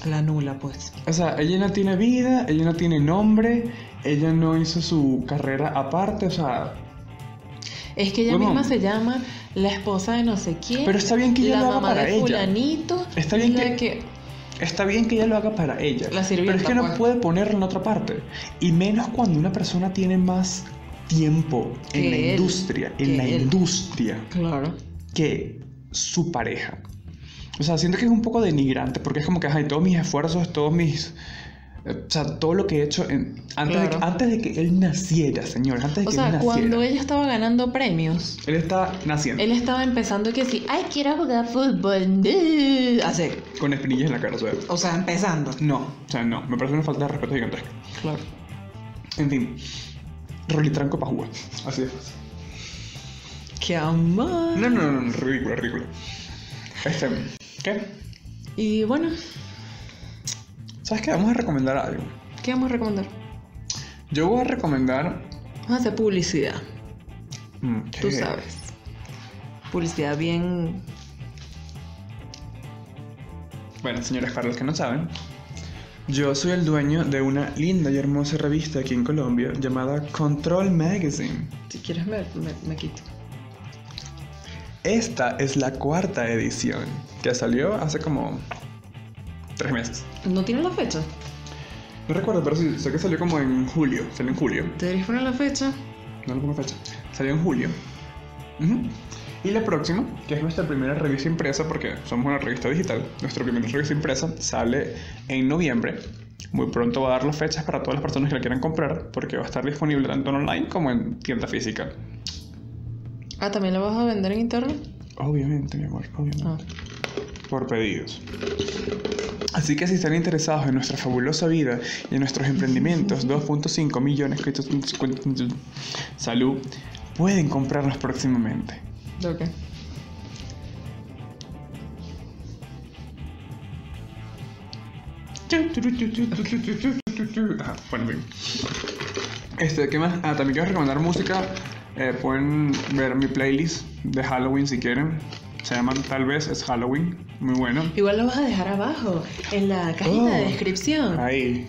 [SPEAKER 2] La nula, pues.
[SPEAKER 1] O sea, ella no tiene vida, ella no tiene nombre, ella no hizo su carrera aparte, o sea.
[SPEAKER 2] Es que ella
[SPEAKER 1] Huevón.
[SPEAKER 2] misma se llama la esposa de no sé quién.
[SPEAKER 1] Pero está bien que ella
[SPEAKER 2] la
[SPEAKER 1] lo haga
[SPEAKER 2] mamá
[SPEAKER 1] para
[SPEAKER 2] de
[SPEAKER 1] ella.
[SPEAKER 2] fulanito.
[SPEAKER 1] Está bien
[SPEAKER 2] la
[SPEAKER 1] que-
[SPEAKER 2] que...
[SPEAKER 1] Está bien que ella lo haga para ella.
[SPEAKER 2] La sirvienta,
[SPEAKER 1] pero es que no
[SPEAKER 2] pues.
[SPEAKER 1] puede ponerlo en otra parte. Y menos cuando una persona tiene más tiempo
[SPEAKER 2] Que
[SPEAKER 1] en la
[SPEAKER 2] él,
[SPEAKER 1] industria, en
[SPEAKER 2] que
[SPEAKER 1] la
[SPEAKER 2] él.
[SPEAKER 1] industria,
[SPEAKER 2] Claro.
[SPEAKER 1] que su pareja. O sea, siento que es un poco denigrante porque es como que, ay, todos mis esfuerzos, todos mis... eh, O sea, todo lo que he hecho en- antes, de,
[SPEAKER 2] Claro.
[SPEAKER 1] que- antes de que él naciera, señor, antes de
[SPEAKER 2] O
[SPEAKER 1] que él
[SPEAKER 2] sea,
[SPEAKER 1] naciera.
[SPEAKER 2] cuando ella estaba ganando premios,
[SPEAKER 1] Él está naciendo.
[SPEAKER 2] él estaba empezando que sí, ay, quiero jugar fútbol. eh, Así.
[SPEAKER 1] Con espinillas en la cara, o sea.
[SPEAKER 2] O sea, empezando.
[SPEAKER 1] No, o sea, no. Me parece una falta de respeto gigantesca.
[SPEAKER 2] Claro.
[SPEAKER 1] En fin. Rolitranco para jugar. Así es.
[SPEAKER 2] Qué amor.
[SPEAKER 1] No, no, no, no, ridículo, ridículo. Este, ¿qué?
[SPEAKER 2] Y bueno,
[SPEAKER 1] ¿Sabes qué? Vamos a recomendar algo.
[SPEAKER 2] ¿qué vamos a recomendar?
[SPEAKER 1] Yo voy a recomendar.
[SPEAKER 2] Vamos a hacer publicidad,
[SPEAKER 1] mm,
[SPEAKER 2] tú
[SPEAKER 1] ¿qué?
[SPEAKER 2] sabes. Publicidad bien.
[SPEAKER 1] Bueno, señores, para los que no saben, yo soy el dueño de una linda y hermosa revista aquí en Colombia llamada Control Magazine.
[SPEAKER 2] Si quieres, me, me, me quito.
[SPEAKER 1] Esta es la cuarta edición que salió hace como tres meses.
[SPEAKER 2] ¿No tiene la fecha?
[SPEAKER 1] No recuerdo, pero sí, sé que salió como en julio. Salió en julio.
[SPEAKER 2] ¿Te deberías poner la fecha?
[SPEAKER 1] No le pongo fecha. Salió en julio. Ujú. Y la próxima, que es nuestra primera revista impresa, porque somos una revista digital, nuestra primera revista impresa sale en noviembre. Muy pronto va a dar las fechas para todas las personas que la quieran comprar, porque va a estar disponible tanto en online como en tienda física.
[SPEAKER 2] Ah, ¿también la vas a vender en internet?
[SPEAKER 1] Obviamente, mi amor, obviamente.
[SPEAKER 2] Ah.
[SPEAKER 1] por pedidos. Así que si están interesados en nuestra fabulosa vida y en nuestros emprendimientos, 2.5 millones que salud, pueden comprarnos próximamente.
[SPEAKER 2] Ok.
[SPEAKER 1] Ajá, bueno, en fin. Este, ¿qué más? Ah, también quiero recomendar música. Eh, pueden ver mi playlist de Halloween si quieren. Se llaman Tal vez es Halloween. Muy bueno.
[SPEAKER 2] Igual lo vas a dejar abajo, en la cajita
[SPEAKER 1] Oh.
[SPEAKER 2] de descripción.
[SPEAKER 1] Ahí.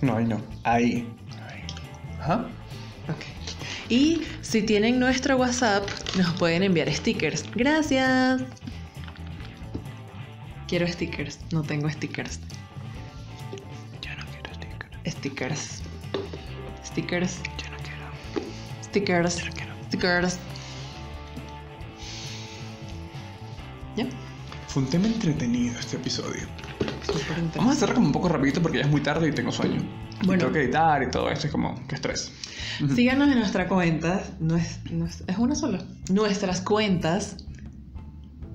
[SPEAKER 1] No, ahí no. Ahí. Ahí. Ajá.
[SPEAKER 2] Ok. Y si tienen nuestro WhatsApp, nos pueden enviar stickers. Gracias. Quiero stickers. No tengo stickers.
[SPEAKER 1] Yo no quiero stickers.
[SPEAKER 2] Stickers. Stickers.
[SPEAKER 1] Yo no quiero.
[SPEAKER 2] Stickers.
[SPEAKER 1] quiero.
[SPEAKER 2] Stickers. ¿Ya?
[SPEAKER 1] Fue un tema entretenido este episodio.
[SPEAKER 2] Súper
[SPEAKER 1] Vamos a
[SPEAKER 2] interesante.
[SPEAKER 1] hacerlo como un poco rapidito porque ya es muy tarde y tengo sueño. Y
[SPEAKER 2] Bueno.
[SPEAKER 1] tengo que editar y todo esto. Es como que estrés.
[SPEAKER 2] Síganos en nuestra cuenta. No es, no es, es una sola. Nuestras cuentas.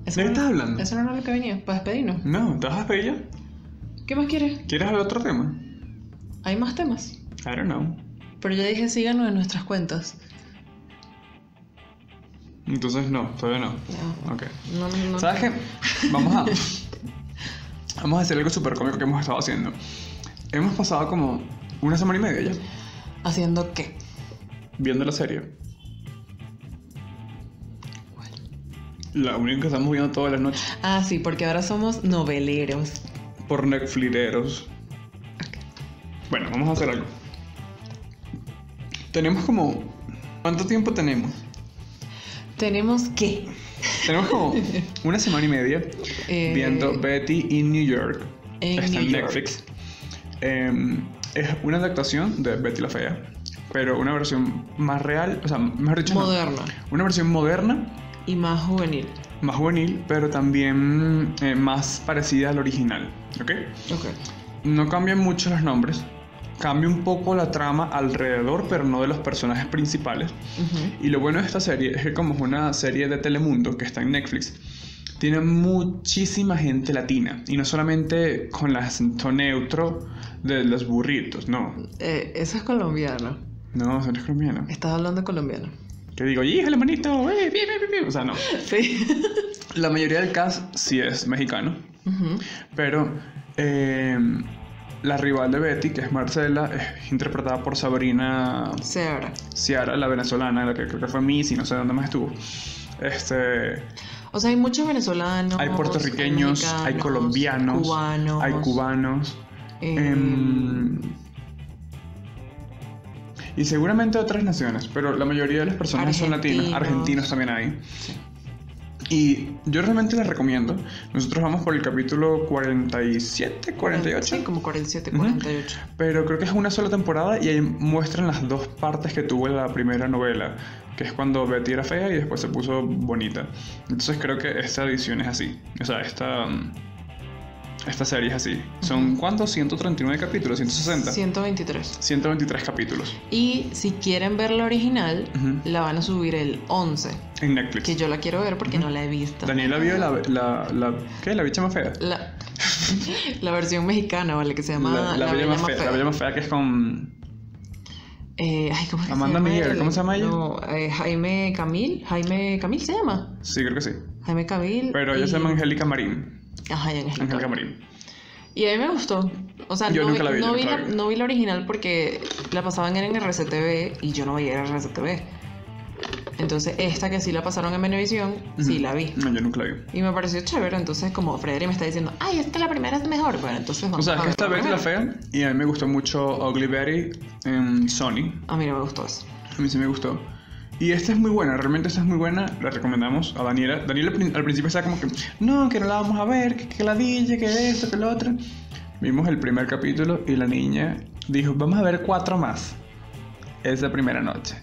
[SPEAKER 2] Eso
[SPEAKER 1] ¿De qué
[SPEAKER 2] no-
[SPEAKER 1] estás hablando?
[SPEAKER 2] Eso no era lo que venía. Para despedirnos.
[SPEAKER 1] No, ¿te vas a despedir ya?
[SPEAKER 2] ¿Qué más quieres?
[SPEAKER 1] ¿Quieres hablar de otro tema?
[SPEAKER 2] Hay más temas.
[SPEAKER 1] I don't know.
[SPEAKER 2] Pero ya dije, síganos en nuestras cuentas.
[SPEAKER 1] Entonces no, todavía no.
[SPEAKER 2] No.
[SPEAKER 1] Ok.
[SPEAKER 2] No, no, no.
[SPEAKER 1] ¿Sabes qué? Vamos a. Vamos a hacer algo súper cómico que hemos estado haciendo. Hemos pasado como una semana y media ya
[SPEAKER 2] ¿Haciendo qué?
[SPEAKER 1] viendo la serie. La única que estamos viendo todas las noches
[SPEAKER 2] Ah, sí, porque ahora somos noveleros.
[SPEAKER 1] por Netflixeros. Bueno, vamos a hacer algo. Tenemos como. ¿Cuánto tiempo tenemos?
[SPEAKER 2] Tenemos que.
[SPEAKER 1] Tenemos como una semana y media
[SPEAKER 2] Eh,
[SPEAKER 1] viendo Betty in New York.
[SPEAKER 2] en
[SPEAKER 1] Está en
[SPEAKER 2] New York.
[SPEAKER 1] Netflix. Eh, es una adaptación de Betty la Fea, pero una versión más real, o sea, mejor dicho, no.
[SPEAKER 2] Moderna
[SPEAKER 1] una versión moderna
[SPEAKER 2] y más juvenil.
[SPEAKER 1] más juvenil, pero también eh, más parecida al original, ¿ok?
[SPEAKER 2] Ok.
[SPEAKER 1] No cambian mucho los nombres, cambia un poco la trama alrededor, pero no de los personajes principales. Y lo bueno de esta serie es que como es una serie de Telemundo que está en Netflix, tiene muchísima gente latina. Y no solamente con el acento neutro de los burritos, no.
[SPEAKER 2] Eh, eso es colombiano.
[SPEAKER 1] No, eso no es colombiano.
[SPEAKER 2] Estás hablando colombiano.
[SPEAKER 1] Que digo, híjole, manito, eh, bien, bien, bien, bien". O sea, no.
[SPEAKER 2] Sí.
[SPEAKER 1] La mayoría del cast sí es mexicano,
[SPEAKER 2] Ujú.
[SPEAKER 1] pero eh, la rival de Betty, que es Marcela, es interpretada por Sabrina
[SPEAKER 2] Sí, ahora.
[SPEAKER 1] Ciara, la venezolana, la que creo que fue Miss y no sé dónde más estuvo. Este,
[SPEAKER 2] O sea, hay muchos venezolanos.
[SPEAKER 1] hay puertorriqueños, hay
[SPEAKER 2] mexicanos,
[SPEAKER 1] colombianos,
[SPEAKER 2] Cubanos.
[SPEAKER 1] hay cubanos.
[SPEAKER 2] eh,
[SPEAKER 1] em, y seguramente otras naciones, pero la mayoría de las personas son latinos,
[SPEAKER 2] Argentinos.
[SPEAKER 1] argentinos también hay. Y yo realmente les recomiendo. Nosotros vamos por el capítulo 47, 48.
[SPEAKER 2] Sí, como 47,
[SPEAKER 1] Ujú.
[SPEAKER 2] 48.
[SPEAKER 1] Pero creo que es una sola temporada y ahí muestran las dos partes que tuvo la primera novela, que es cuando Betty era fea y después se puso bonita. Entonces creo que esta edición es así. O sea, esta, mm, esta serie es así. ¿Son cuántos? 139 capítulos, 160.
[SPEAKER 2] 123.
[SPEAKER 1] 123 capítulos
[SPEAKER 2] Y si quieren ver la original,
[SPEAKER 1] Ujú.
[SPEAKER 2] la van a subir el 11,
[SPEAKER 1] en Netflix.
[SPEAKER 2] que yo la quiero ver porque no la he visto.
[SPEAKER 1] Daniela vio la, la, la- ¿qué? La bicha más fea.
[SPEAKER 2] La, la versión mexicana, ¿vale? Que se llama
[SPEAKER 1] La, la bella
[SPEAKER 2] Bella
[SPEAKER 1] más
[SPEAKER 2] Más
[SPEAKER 1] fea,
[SPEAKER 2] Fea.
[SPEAKER 1] La bella más fea que es con...
[SPEAKER 2] Eh, ay, ¿cómo es que
[SPEAKER 1] Amanda
[SPEAKER 2] se llama
[SPEAKER 1] Miguel,
[SPEAKER 2] él?
[SPEAKER 1] ¿cómo se llama ella?
[SPEAKER 2] No, eh, Jaime Camil. Jaime Camil se llama.
[SPEAKER 1] Sí, creo que sí.
[SPEAKER 2] Jaime Camil.
[SPEAKER 1] Pero ella
[SPEAKER 2] y-
[SPEAKER 1] se llama Angélica Marín.
[SPEAKER 2] Ajá, y Ángel
[SPEAKER 1] Angélica
[SPEAKER 2] Camil.
[SPEAKER 1] Marín.
[SPEAKER 2] Y a mí me gustó. O sea,
[SPEAKER 1] Yo
[SPEAKER 2] no,
[SPEAKER 1] nunca
[SPEAKER 2] vi,
[SPEAKER 1] la vi, yo
[SPEAKER 2] no, vi
[SPEAKER 1] nunca
[SPEAKER 2] la,
[SPEAKER 1] la vi.
[SPEAKER 2] no vi la original porque la pasaban en RCTV y yo no veía RCTV. Entonces, esta que sí la pasaron en Venevisión, sí
[SPEAKER 1] Ujú.
[SPEAKER 2] la vi.
[SPEAKER 1] No, yo nunca la vi.
[SPEAKER 2] Y me pareció chévere. Entonces, como Frederick me está diciendo, ay, esta la primera es mejor. Bueno, entonces
[SPEAKER 1] O
[SPEAKER 2] vamos
[SPEAKER 1] sea,
[SPEAKER 2] a
[SPEAKER 1] es que
[SPEAKER 2] ver
[SPEAKER 1] esta Betty la
[SPEAKER 2] primera.
[SPEAKER 1] fea y a mí me gustó mucho Ugly Betty en Sony.
[SPEAKER 2] A mí no me gustó eso.
[SPEAKER 1] A mí sí me gustó. Y esta es muy buena, realmente esta es muy buena, la recomendamos a Daniela. Daniela al prin- al principio estaba como que, no, que no la vamos a ver, que, que la DJ, que esto, que lo otro. Vimos el primer capítulo y la niña dijo, vamos a ver cuatro más esa primera noche.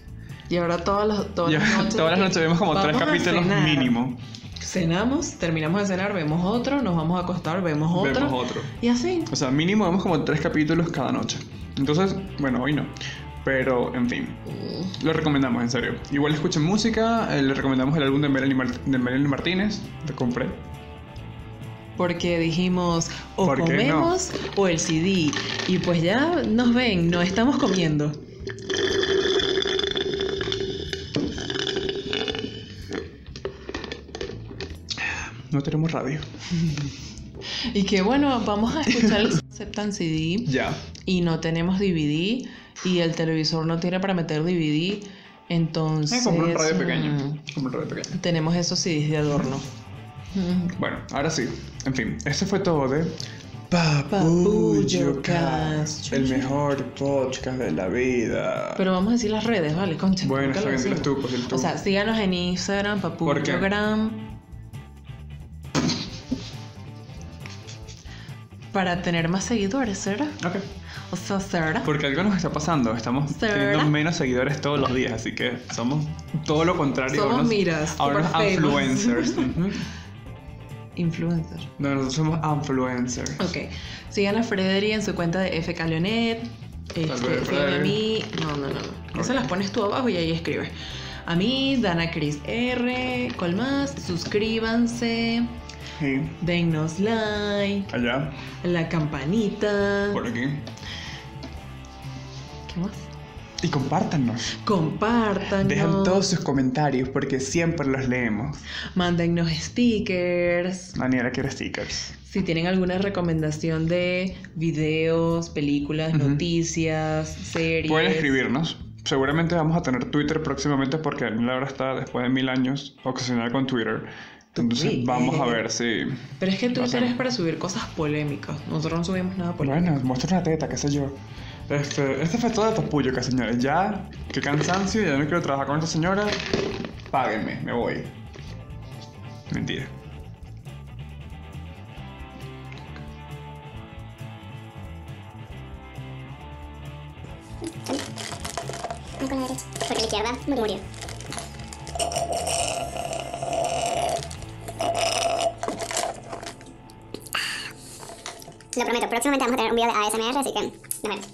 [SPEAKER 2] Y ahora todas las, todas
[SPEAKER 1] Y
[SPEAKER 2] las noches.
[SPEAKER 1] todas las noches vemos como tres
[SPEAKER 2] vamos a
[SPEAKER 1] capítulos
[SPEAKER 2] cenar.
[SPEAKER 1] mínimo.
[SPEAKER 2] Cenamos, terminamos de cenar, vemos otro, nos vamos a acostar, vemos otro.
[SPEAKER 1] Vemos otro.
[SPEAKER 2] Y así.
[SPEAKER 1] O sea, mínimo vemos como tres capítulos cada noche. Entonces, bueno, hoy no. Pero, en fin. Lo recomendamos, en serio. Igual escuchen música, eh, le recomendamos el álbum de Melanie, Mar- de Melanie Martínez, lo compré.
[SPEAKER 2] Porque dijimos, o
[SPEAKER 1] ¿Por qué no?
[SPEAKER 2] comemos o el CD. Y pues ya nos ven, no estamos comiendo.
[SPEAKER 1] No tenemos radio.
[SPEAKER 2] Y que bueno, vamos a escuchar el aceptan CD
[SPEAKER 1] Ya.
[SPEAKER 2] y no tenemos DVD y el televisor no tiene para meter DVD.
[SPEAKER 1] Eh,
[SPEAKER 2] Entonces.
[SPEAKER 1] compré un radio
[SPEAKER 2] mm,
[SPEAKER 1] pequeño. Compré un radio pequeño.
[SPEAKER 2] Tenemos esos CDs de adorno.
[SPEAKER 1] Bueno, ahora sí. En fin, eso fue todo de
[SPEAKER 2] Papuyocast.
[SPEAKER 1] Papuyocast, el mejor podcast de la vida.
[SPEAKER 2] Pero vamos a decir las redes, ¿vale? Concha.
[SPEAKER 1] Bueno,
[SPEAKER 2] nunca
[SPEAKER 1] está
[SPEAKER 2] lo
[SPEAKER 1] bien, dilas
[SPEAKER 2] decimos.
[SPEAKER 1] tú, pues, dilas tú.
[SPEAKER 2] O sea, síganos en Instagram,
[SPEAKER 1] ¿Por qué?
[SPEAKER 2] Papuyogram. Para tener más seguidores, ¿será?
[SPEAKER 1] Ok.
[SPEAKER 2] O sea, ¿será?
[SPEAKER 1] Porque algo nos está pasando. Estamos
[SPEAKER 2] ¿Será?
[SPEAKER 1] teniendo menos seguidores todos los días, así que somos todo lo contrario.
[SPEAKER 2] Somos
[SPEAKER 1] ahora nos-
[SPEAKER 2] miras,
[SPEAKER 1] Ahora
[SPEAKER 2] super
[SPEAKER 1] nos
[SPEAKER 2] famous.
[SPEAKER 1] influencers. Ujú.
[SPEAKER 2] Influencer.
[SPEAKER 1] No, nosotros somos influencers.
[SPEAKER 2] Ok. Sigan a Frederi en su cuenta de FK Leonet.
[SPEAKER 1] vez,
[SPEAKER 2] Este, sigan a
[SPEAKER 1] Frederi.
[SPEAKER 2] mí. No, no, no. no. Esas
[SPEAKER 1] Ok.
[SPEAKER 2] las pones tú abajo y ahí escribes. A mí, Dana Cris R. ¿Cuál más? Suscríbanse.
[SPEAKER 1] Sí.
[SPEAKER 2] Dennos like.
[SPEAKER 1] Allá,
[SPEAKER 2] La campanita.
[SPEAKER 1] por aquí.
[SPEAKER 2] ¿Qué más?
[SPEAKER 1] Y compártanos.
[SPEAKER 2] Compartan.
[SPEAKER 1] Dejan todos sus comentarios porque siempre los leemos.
[SPEAKER 2] Mándennos stickers.
[SPEAKER 1] Daniela quiere stickers.
[SPEAKER 2] Si tienen alguna recomendación de videos, películas,
[SPEAKER 1] Ujú.
[SPEAKER 2] noticias, series.
[SPEAKER 1] Pueden escribirnos. Seguramente vamos a tener Twitter próximamente porque Daniela ahora está después de mil años obsesionada con Twitter. Entonces
[SPEAKER 2] Twitter.
[SPEAKER 1] vamos a ver si...
[SPEAKER 2] Pero es que
[SPEAKER 1] Lo
[SPEAKER 2] Twitter
[SPEAKER 1] hacemos.
[SPEAKER 2] es para subir cosas polémicas. Nosotros no subimos nada polémico.
[SPEAKER 1] Bueno, muestra una teta, qué sé yo. Este, este fue todo de Papullo, que señores. Ya, qué cansancio, ya no quiero trabajar con esta señora. Páguenme, me voy. Mentira.
[SPEAKER 3] No con la derecha. Porque la izquierda murió. Lo prometo, próximamente vamos a tener un video de ASMR, así que nos vemos.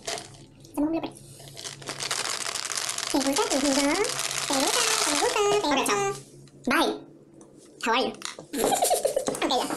[SPEAKER 3] Dame un blooper. ¿Te gusta? ¿Te gusta? ¿Te gusta? ¿Te gusta? ¿Te gusta? Bye. How are you? ok, ya.